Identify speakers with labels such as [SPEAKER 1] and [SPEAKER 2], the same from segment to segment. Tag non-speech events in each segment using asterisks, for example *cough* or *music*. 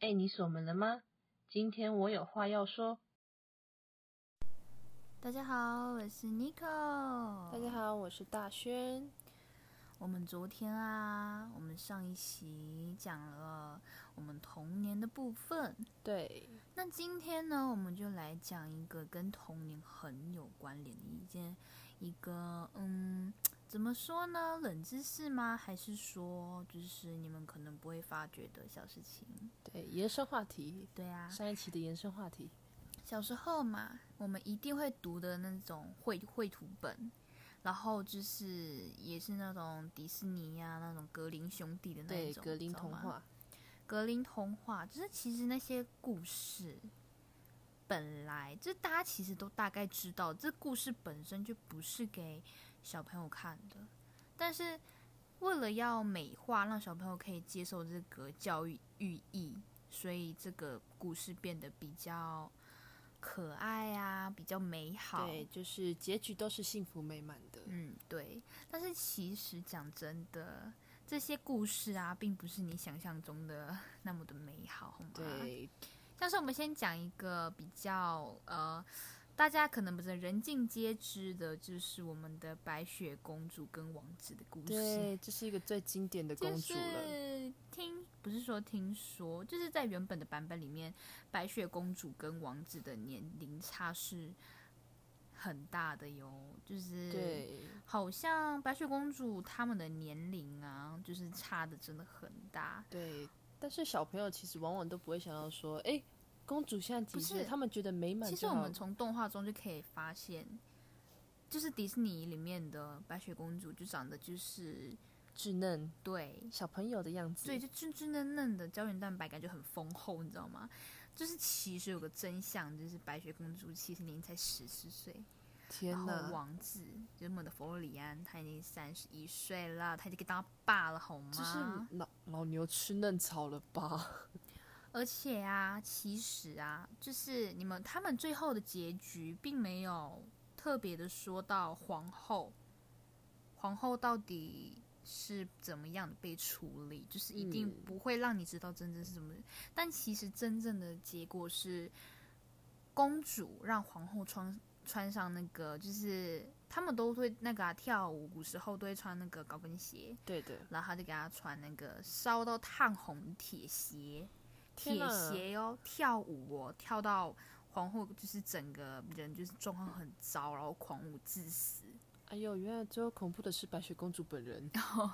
[SPEAKER 1] 哎，你锁门了吗？今天我有话要说。
[SPEAKER 2] 大家好，我是 Nico。
[SPEAKER 3] 大家好，我是大轩。
[SPEAKER 2] 我们昨天啊，我们上一期讲了我们童年的部分。
[SPEAKER 3] 对，
[SPEAKER 2] 那今天呢，我们就来讲一个跟童年很有关联的一件，一个嗯，怎么说呢？冷知识吗？还是说就是你们可能不会发觉的小事情？
[SPEAKER 3] 对，延伸话题，
[SPEAKER 2] 对啊，
[SPEAKER 3] 上一期的延伸话题。
[SPEAKER 2] 小时候嘛，我们一定会读的那种绘绘图本，然后就是也是那种迪士尼呀、那种格林兄弟的那
[SPEAKER 3] 对，
[SPEAKER 2] 种
[SPEAKER 3] 格林童，
[SPEAKER 2] 你知道吗
[SPEAKER 3] 话。
[SPEAKER 2] 格林童话，就是其实那些故事本来，这大家其实都大概知道，这故事本身就不是给小朋友看的，但是为了要美化，让小朋友可以接受这个教育寓意，所以这个故事变得比较可爱啊，比较美好。
[SPEAKER 3] 对，就是结局都是幸福美满的。
[SPEAKER 2] 嗯，对。但是其实讲真的，这些故事啊，并不是你想象中的那么的美好，好吗？
[SPEAKER 3] 对，
[SPEAKER 2] 像是我们先讲一个比较呃，大家可能不是人尽皆知的，就是我们的白雪公主跟王子的故事。
[SPEAKER 3] 对，这是一个最经典的
[SPEAKER 2] 就
[SPEAKER 3] 公主了。
[SPEAKER 2] 是听不是说听说，就是在原本的版本里面，白雪公主跟王子的年龄差是很大的哟。就是
[SPEAKER 3] 对，
[SPEAKER 2] 好像白雪公主他们的年龄啊，就是差的真的很大。
[SPEAKER 3] 对。但是小朋友其实往往都不会想到说，哎，公主现在几
[SPEAKER 2] 不
[SPEAKER 3] 岁？
[SPEAKER 2] 是
[SPEAKER 3] 他们觉得美满
[SPEAKER 2] 其实
[SPEAKER 3] 就
[SPEAKER 2] 我
[SPEAKER 3] 好。
[SPEAKER 2] 们从动画中就可以发现，就是迪士尼里面的白雪公主就长得就是
[SPEAKER 3] 稚嫩
[SPEAKER 2] 对，
[SPEAKER 3] 小朋友的样子。
[SPEAKER 2] 对，就稚稚嫩嫩的胶原蛋白感觉很丰厚，你知道吗？就是其实有个真相，就是白雪公主其实年龄才十四岁，
[SPEAKER 3] 天
[SPEAKER 2] 然后
[SPEAKER 3] 哪！
[SPEAKER 2] 王子就是我们的佛罗里安，他已经三十一岁了，他已经给当爸了，好吗？
[SPEAKER 3] 这是老老牛吃嫩草了吧？
[SPEAKER 2] 而且啊，其实啊，就是你们他们最后的结局并没有特别的说到皇后，皇后到底是怎么样的被处理，就是一定
[SPEAKER 3] 嗯
[SPEAKER 2] 不会让你知道真正是怎么。但其实真正的结果是，公主让皇后穿穿上那个，就是他们都会那个、啊、跳舞，古时候都会穿那个高跟鞋，
[SPEAKER 3] 对的。
[SPEAKER 2] 然后他就给她穿那个烧到烫红的铁鞋，
[SPEAKER 3] 天
[SPEAKER 2] 铁
[SPEAKER 3] 哪
[SPEAKER 2] 鞋哟、跳舞哦，跳到皇后就是整个人就是状况很糟，然后狂舞致死，
[SPEAKER 3] 哎呦，原来最后恐怖的是白雪公主本人，
[SPEAKER 2] *laughs* 可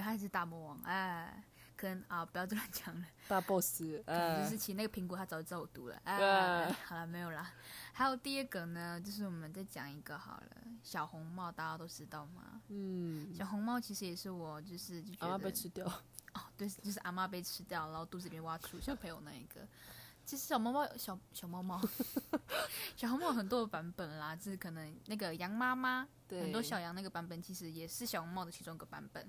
[SPEAKER 2] 她还是大魔王哎。跟啊，不要这样讲了，
[SPEAKER 3] 大 boss。
[SPEAKER 2] 可能
[SPEAKER 3] 哎
[SPEAKER 2] 就是其实那个苹果他早就知道我读了，
[SPEAKER 3] 哎
[SPEAKER 2] 哎，好了没有啦。还有第二个呢，就是我们再讲一个好了，小红帽大家都知道吗？
[SPEAKER 3] 嗯，
[SPEAKER 2] 小红帽其实也是我就是就觉
[SPEAKER 3] 阿
[SPEAKER 2] 得
[SPEAKER 3] 妈被吃掉。
[SPEAKER 2] 哦，对，就是阿妈被吃掉，然后肚子里面挖出小朋友那一个。其实小猫猫、小小猫猫、小红帽有很多的版本啦，就是可能那个羊妈妈，
[SPEAKER 3] 对，
[SPEAKER 2] 很多小羊那个版本其实也是小红帽的其中一个版本，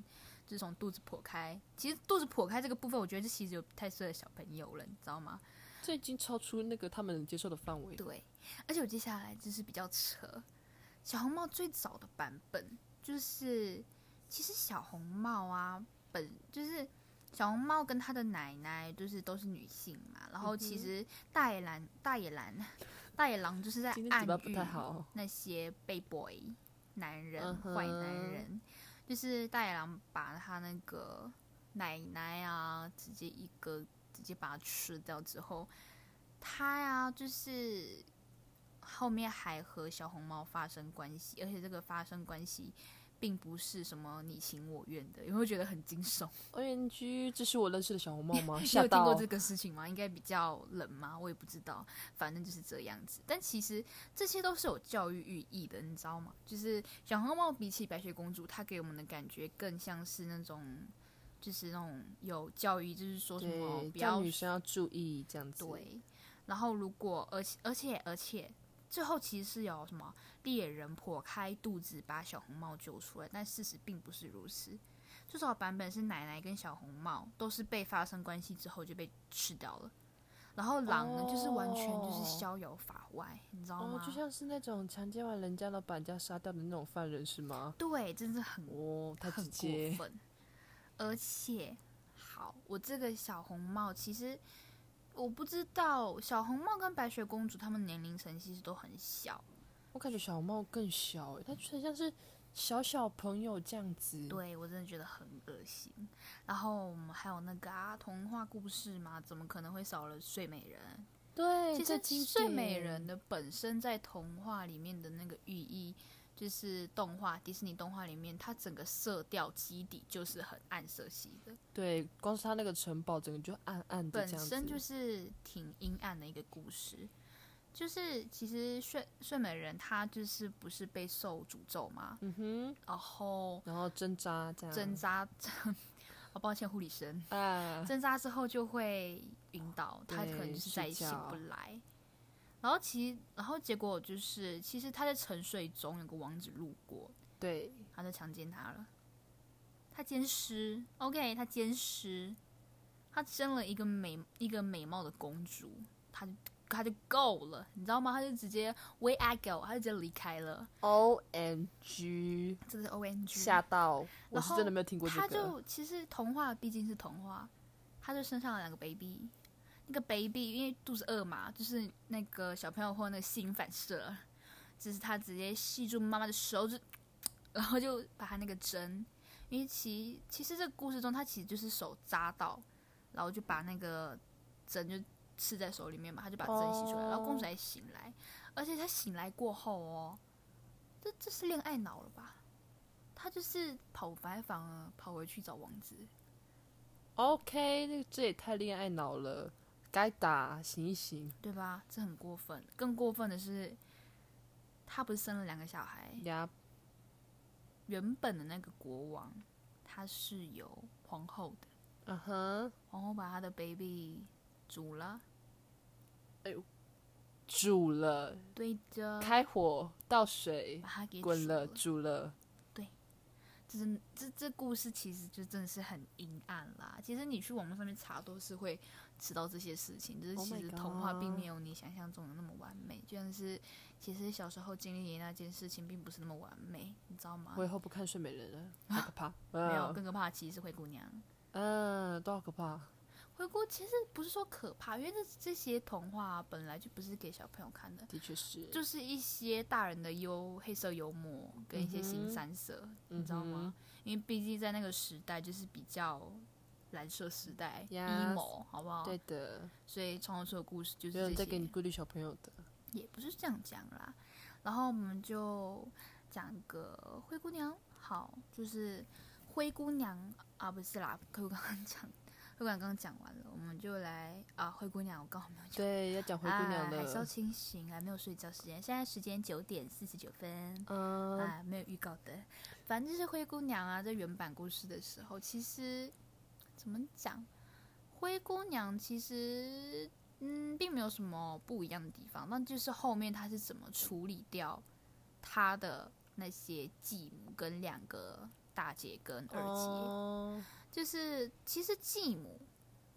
[SPEAKER 2] 就是从肚子剖开。其实肚子剖开这个部分，我觉得这其实有太适合小朋友了，你知道吗？
[SPEAKER 3] 这已经超出那个他们接受的范围。
[SPEAKER 2] 对，而且我接下来就是比较扯，小红帽最早的版本就是，其实小红帽啊，本就是小红帽跟她的奶奶就是都是女性嘛，
[SPEAKER 3] 嗯
[SPEAKER 2] 然后其实大野狼、大野狼、大野狼就是在
[SPEAKER 3] 今天
[SPEAKER 2] 暗
[SPEAKER 3] 嘴巴不
[SPEAKER 2] 喻
[SPEAKER 3] 太好。
[SPEAKER 2] 那些 b a boy 男人
[SPEAKER 3] 嗯、哼
[SPEAKER 2] 坏、男人，就是大野狼把他那个奶奶啊，直接一个直接把它吃掉之后，他呀、就是后面还和小红帽发生关系，而且这个发生关系并不是什么你情我愿的，有没有觉得很惊悚？
[SPEAKER 3] O N G，这是我认识的小红帽吗？
[SPEAKER 2] *laughs* 你
[SPEAKER 3] 吓
[SPEAKER 2] 有听
[SPEAKER 3] 到哦
[SPEAKER 2] 过！这个事情吗？应该比较冷吗？我也不知道，反正就是这样子。但其实这些都是有教育寓意的，你知道吗？就是小红帽比起白雪公主，她给我们的感觉更像是那种，就是那种有教育，就是说什么
[SPEAKER 3] 对，
[SPEAKER 2] 不
[SPEAKER 3] 叫
[SPEAKER 2] 要
[SPEAKER 3] 女生要注意这样子。，
[SPEAKER 2] 对。然后如果而且而且而且最后其实是有什么猎人剖开肚子把小红帽救出来，但事实并不是如此。最早的版本是奶奶跟小红帽都是被发生关系之后就被吃掉了，然后狼呢、就是完全就是
[SPEAKER 3] 哦
[SPEAKER 2] 逍遥法外，你知道
[SPEAKER 3] 哦，
[SPEAKER 2] 吗？
[SPEAKER 3] 就像是那种强奸完人家然后把人家杀掉的那种犯人是吗？
[SPEAKER 2] 对，真的很
[SPEAKER 3] 哦，太
[SPEAKER 2] 很
[SPEAKER 3] 直
[SPEAKER 2] 过
[SPEAKER 3] 接。
[SPEAKER 2] 分。而且，好，我这个小红帽其实我不知道小红帽跟白雪公主她们年龄层其实都很小，
[SPEAKER 3] 我感觉小红帽更小欸，它就像是小小朋友这样子。，
[SPEAKER 2] 对我真的觉得很恶心。然后我们还有那个啊，童话故事嘛，怎么可能会少了睡美人？
[SPEAKER 3] 对，最
[SPEAKER 2] 其
[SPEAKER 3] 经
[SPEAKER 2] 实睡美
[SPEAKER 3] 典
[SPEAKER 2] 人的本身在童话里面的那个寓意，就是动画迪士尼动画里面，它整个色调基底就是很暗色系的，
[SPEAKER 3] 对，光是他那个城堡，整个就暗暗的
[SPEAKER 2] 本
[SPEAKER 3] 这样子。
[SPEAKER 2] 身就是挺阴暗的一个故事。就是其实睡睡美人她就是不是被受诅咒嘛，
[SPEAKER 3] 嗯哼，
[SPEAKER 2] 然后
[SPEAKER 3] 然后针扎这样。
[SPEAKER 2] 针扎，哦，抱歉护
[SPEAKER 3] *laughs*
[SPEAKER 2] 理生，
[SPEAKER 3] 啊，
[SPEAKER 2] 针扎之后就会晕倒，他可能
[SPEAKER 3] 对
[SPEAKER 2] 就是再也
[SPEAKER 3] 睡
[SPEAKER 2] 醒
[SPEAKER 3] 觉
[SPEAKER 2] 不来。然后其实，然后结果就是，其实他在沉睡中有个王子路过，
[SPEAKER 3] 对，
[SPEAKER 2] 他就强奸他了。他奸尸，OK，他奸尸，他生了一个美一个美貌的公主，他就他就够了，你知道吗？他就直接 We I go，他就直接离开了，
[SPEAKER 3] O M G，
[SPEAKER 2] 这个是 O N G。
[SPEAKER 3] 吓到！我
[SPEAKER 2] 然
[SPEAKER 3] 是真
[SPEAKER 2] 后
[SPEAKER 3] 的没有听过这
[SPEAKER 2] 他
[SPEAKER 3] 个。
[SPEAKER 2] 就其实童话毕竟是童话，他就身上有两个 baby，那个 baby 因为肚子饿嘛，就是那个小朋友会有那个吸引反射，就是他直接吸住妈妈的手就，然后就把他那个针，因为其其实这个故事中他其实就是手扎到，然后就把那个针就刺在手里面嘛，他就把针吸出来，然后公主
[SPEAKER 3] 哦
[SPEAKER 2] 才醒来，而且他醒来过后哦，这这是恋爱脑了吧？他就是跑白反而跑回去找王子，
[SPEAKER 3] OK，那个这也太恋爱脑了，该打醒一醒，
[SPEAKER 2] 对吧？这很过分。更过分的是，他不是生了两个小孩？
[SPEAKER 3] 呀，
[SPEAKER 2] 原本的那个国王，他是有皇后的，
[SPEAKER 3] 嗯哼，
[SPEAKER 2] 皇后把他的 baby 煮了，
[SPEAKER 3] 煮了，
[SPEAKER 2] 对着
[SPEAKER 3] 开火倒水
[SPEAKER 2] 把，他给
[SPEAKER 3] 滚
[SPEAKER 2] 嗯煮
[SPEAKER 3] 了，煮了。
[SPEAKER 2] 这真这这故事其实就真的是很阴暗啦。其实你去网络上面查都是会知道这些事情，就是
[SPEAKER 3] Oh my
[SPEAKER 2] 其实童话
[SPEAKER 3] God
[SPEAKER 2] 并没有你想象中的那么完美，就像是其实小时候经历的那件事情并不是那么完美，你知道吗
[SPEAKER 3] 我？以后不看睡美人
[SPEAKER 2] *laughs*
[SPEAKER 3] 了，好可怕。
[SPEAKER 2] 没有，
[SPEAKER 3] 嗯
[SPEAKER 2] 更可怕的其实是灰姑娘。
[SPEAKER 3] 嗯，多好可怕。
[SPEAKER 2] 灰姑其实不是说可怕，因为这这些童话啊、本来就不是给小朋友看的，
[SPEAKER 3] 的确是，
[SPEAKER 2] 就是一些大人的幽黑色幽默跟一些新
[SPEAKER 3] 嗯哼
[SPEAKER 2] 三色，你知道吗？因为毕竟在那个时代就是比较蓝色时代
[SPEAKER 3] Yes
[SPEAKER 2] emo，好不好？
[SPEAKER 3] 对，的，
[SPEAKER 2] 所以创作出的故事就是
[SPEAKER 3] 没有人
[SPEAKER 2] 这
[SPEAKER 3] 在
[SPEAKER 2] 些，
[SPEAKER 3] 给你孤立小朋友的。
[SPEAKER 2] 也不是这样讲啦。然后我们就讲一个灰姑娘，好，就是灰姑娘啊，不是啦，灰姑娘刚刚讲，灰姑娘刚刚讲完了，我们就来啊，灰姑娘，我刚好没有讲。
[SPEAKER 3] 对，要讲灰姑娘
[SPEAKER 2] 哎还是要
[SPEAKER 3] 的。
[SPEAKER 2] 清醒，还没有睡觉时间。现在时间九点四十九分，
[SPEAKER 3] 嗯，
[SPEAKER 2] 啊，没有预告的。反正就是灰姑娘啊，在原版故事的时候，其实怎么讲，灰姑娘其实嗯，并没有什么不一样的地方，那就是后面她是怎么处理掉她的那些继母跟两个大姐跟二姐。
[SPEAKER 3] 哦
[SPEAKER 2] 就是其实继母，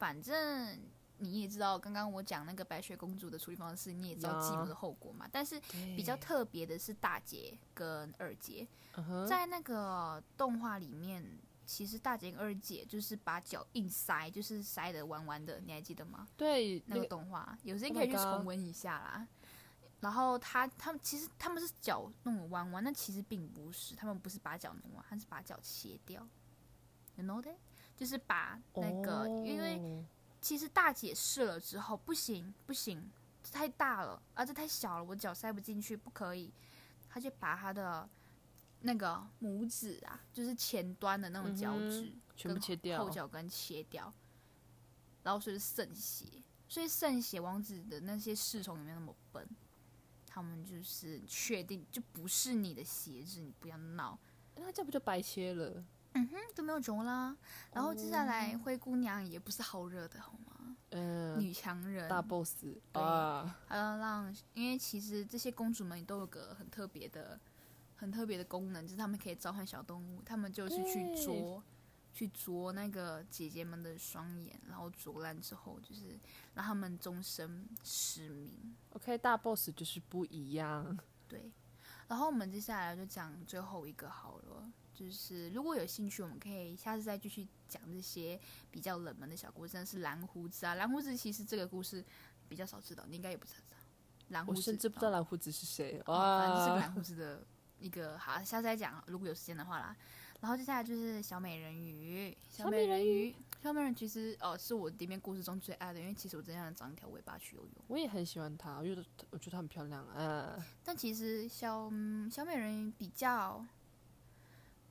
[SPEAKER 2] 反正你也知道，刚刚我讲那个白雪公主的处理方式，你也知道继母的后果嘛。但是比较
[SPEAKER 3] 对
[SPEAKER 2] 特别的是大姐跟二姐，
[SPEAKER 3] 嗯哼，
[SPEAKER 2] 在那个动画里面，其实大姐跟二姐就是把脚硬塞，就是塞的弯弯的，你还记得吗？
[SPEAKER 3] 对那
[SPEAKER 2] 那个
[SPEAKER 3] 个
[SPEAKER 2] 动画，有时间
[SPEAKER 3] Oh
[SPEAKER 2] 可以去
[SPEAKER 3] my god
[SPEAKER 2] 重温一下啦。然后他他们其实他们是脚弄得弯弯，那其实并不是，他们不是把脚弄弯，他是把脚切掉。You know that？就是把那个，因为
[SPEAKER 3] 哦
[SPEAKER 2] 其实大姐试了之后，不行不行，这太大了啊，这太小了，我脚塞不进去，不可以。她就把她的那个拇指啊，就是前端的那种脚趾，
[SPEAKER 3] 嗯全部
[SPEAKER 2] 跟
[SPEAKER 3] 切掉
[SPEAKER 2] 后，脚跟切掉，然后所以是渗血，所以渗血王子的那些侍从也没有那么笨，他们就是确定就不是你的鞋子，你不要闹，
[SPEAKER 3] 那这样不就白切了？
[SPEAKER 2] 嗯，就没有种啦。然后接下来
[SPEAKER 3] 哦
[SPEAKER 2] 灰姑娘也不是好惹的好吗？
[SPEAKER 3] 嗯，
[SPEAKER 2] 女强人，
[SPEAKER 3] 大 boss 啊，
[SPEAKER 2] 还要让，因为其实这些公主们都有个很特别的、很特别的功能，就是她们可以召唤小动物，她们就是去
[SPEAKER 3] 对
[SPEAKER 2] 啄、去啄那个姐姐们的双眼，然后啄烂之后，就是让她们终身失明。
[SPEAKER 3] OK，大 boss
[SPEAKER 2] 啊
[SPEAKER 3] 就是不一样。
[SPEAKER 2] 对，然后我们接下来就讲最后一个好了，就是如果有兴趣，我们可以下次再继续讲这些比较冷门的小故事，像是蓝胡子啊，蓝胡子其实这个故事比较少知道，你应该也不知道。蓝胡
[SPEAKER 3] 我
[SPEAKER 2] 子，啊
[SPEAKER 3] 甚至不知道蓝胡子是谁
[SPEAKER 2] 哦反正这
[SPEAKER 3] *laughs*
[SPEAKER 2] 是
[SPEAKER 3] 哇
[SPEAKER 2] 蓝！胡子的一个好，下次再讲，如果有时间的话啦。然后接下来就是小美人鱼，小美人鱼，小美人其实哦是我里面故事中最爱的，因为其实我真想长一条尾巴去游泳。
[SPEAKER 3] 我也很喜欢她，我觉得我觉得她很漂亮啊。
[SPEAKER 2] 但其实小嗯小美人鱼比较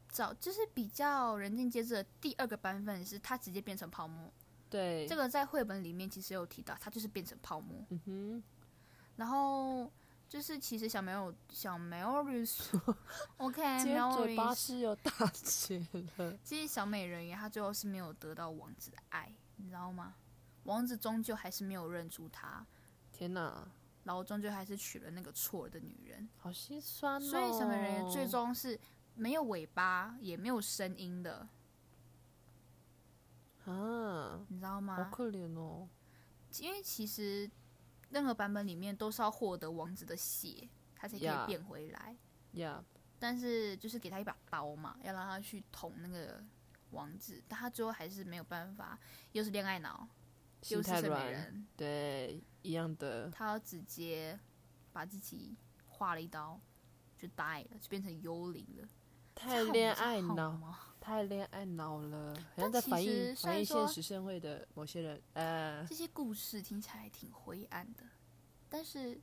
[SPEAKER 2] 早，就是比较人尽皆知的第二个版本是它直接变成泡沫。
[SPEAKER 3] 对，
[SPEAKER 2] 这
[SPEAKER 3] 个
[SPEAKER 2] 个在绘本里面其实有提到，它就是变成泡沫。
[SPEAKER 3] 嗯哼，
[SPEAKER 2] 然后就是其实小没有小没有
[SPEAKER 3] *laughs*
[SPEAKER 2] ，OK
[SPEAKER 3] 今
[SPEAKER 2] 没
[SPEAKER 3] 天
[SPEAKER 2] 有
[SPEAKER 3] 嘴巴是有打结了，
[SPEAKER 2] 其实小美人鱼她最后是没有得到王子的爱，你知道吗？王子终究还是没有认出她，
[SPEAKER 3] 天哪，
[SPEAKER 2] 然后终究还是娶了那个错了的女人。
[SPEAKER 3] 好心酸哦。
[SPEAKER 2] 所以小美人鱼最终是没有尾巴，也没有声音的，
[SPEAKER 3] 啊，
[SPEAKER 2] 你知道
[SPEAKER 3] 好
[SPEAKER 2] 吗？
[SPEAKER 3] 可怜哦。
[SPEAKER 2] 因为其实任何版本里面都是要获得王子的血，他才可以
[SPEAKER 3] Yeah
[SPEAKER 2] 变回来。
[SPEAKER 3] 呀，
[SPEAKER 2] 但是就是给他一把刀嘛，要让他去捅那个王子，但他最后还是没有办法，又是恋爱脑，
[SPEAKER 3] 心
[SPEAKER 2] 又是
[SPEAKER 3] 太
[SPEAKER 2] 圣美
[SPEAKER 3] 软，
[SPEAKER 2] 人，
[SPEAKER 3] 对，一样的。
[SPEAKER 2] 他要直接把自己划了一刀，就 die 了，就变成幽灵了。
[SPEAKER 3] 太恋爱
[SPEAKER 2] 这好
[SPEAKER 3] 脑，
[SPEAKER 2] 吗？
[SPEAKER 3] 太恋爱脑了，好像
[SPEAKER 2] 但
[SPEAKER 3] 在
[SPEAKER 2] 其
[SPEAKER 3] 反
[SPEAKER 2] 实
[SPEAKER 3] 映
[SPEAKER 2] 虽然
[SPEAKER 3] 反映
[SPEAKER 2] 说
[SPEAKER 3] 现实社会的某些人。呃，
[SPEAKER 2] 这些故事听起来挺灰暗的，但是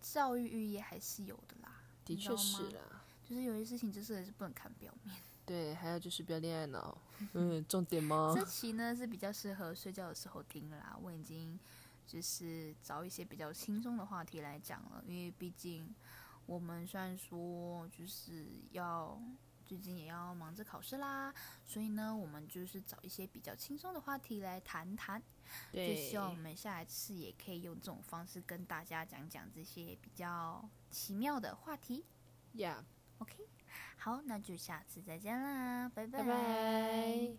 [SPEAKER 2] 教育寓意还是有的啦。
[SPEAKER 3] 的
[SPEAKER 2] 你知
[SPEAKER 3] 确
[SPEAKER 2] 道
[SPEAKER 3] 是
[SPEAKER 2] 吗
[SPEAKER 3] 啦。
[SPEAKER 2] 就是有些事情就是还是不能看表面。
[SPEAKER 3] 对，还有就是不要恋爱
[SPEAKER 2] *laughs*
[SPEAKER 3] 脑，嗯，重点吗？
[SPEAKER 2] 这期呢是比较适合睡觉的时候听啦，我已经就是找一些比较轻松的话题来讲了，因为毕竟我们虽然说就是要最近也要忙着考试啦，所以呢我们就是找一些比较轻松的话题来谈谈。就
[SPEAKER 3] 对
[SPEAKER 2] 希，望我们下一次也可以用这种方式跟大家讲讲这些比较奇妙的话题。
[SPEAKER 3] 呀，
[SPEAKER 2] OK，好，那就下次再见啦，拜
[SPEAKER 3] 拜拜。